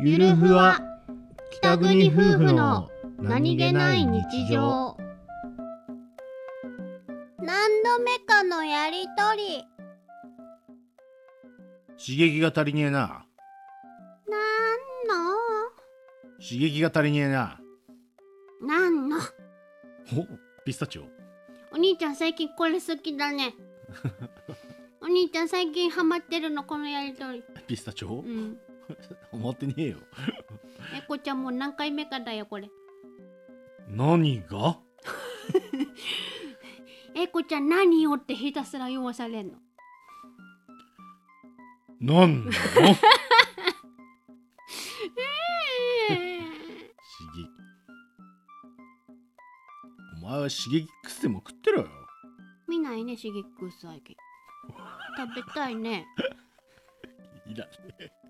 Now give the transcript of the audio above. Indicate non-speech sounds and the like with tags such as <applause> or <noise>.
ゆるふわ北国夫婦の何度目かのやりとり刺激が足りねえななん刺激が足りねえなのなんのほピスタチオお兄ちゃん最近これ好きだ <laughs> ねお兄ちゃん最近ハマってるのこのやりとりピスタチオうん思ってねえよえこちゃんもう何回目かだよこれ何がえこちゃん何をってひたすら言わされんのなん <laughs> なの刺え激お前は刺激くせも食ってろよ見ないね刺激臭いけ食べたいねいらねえ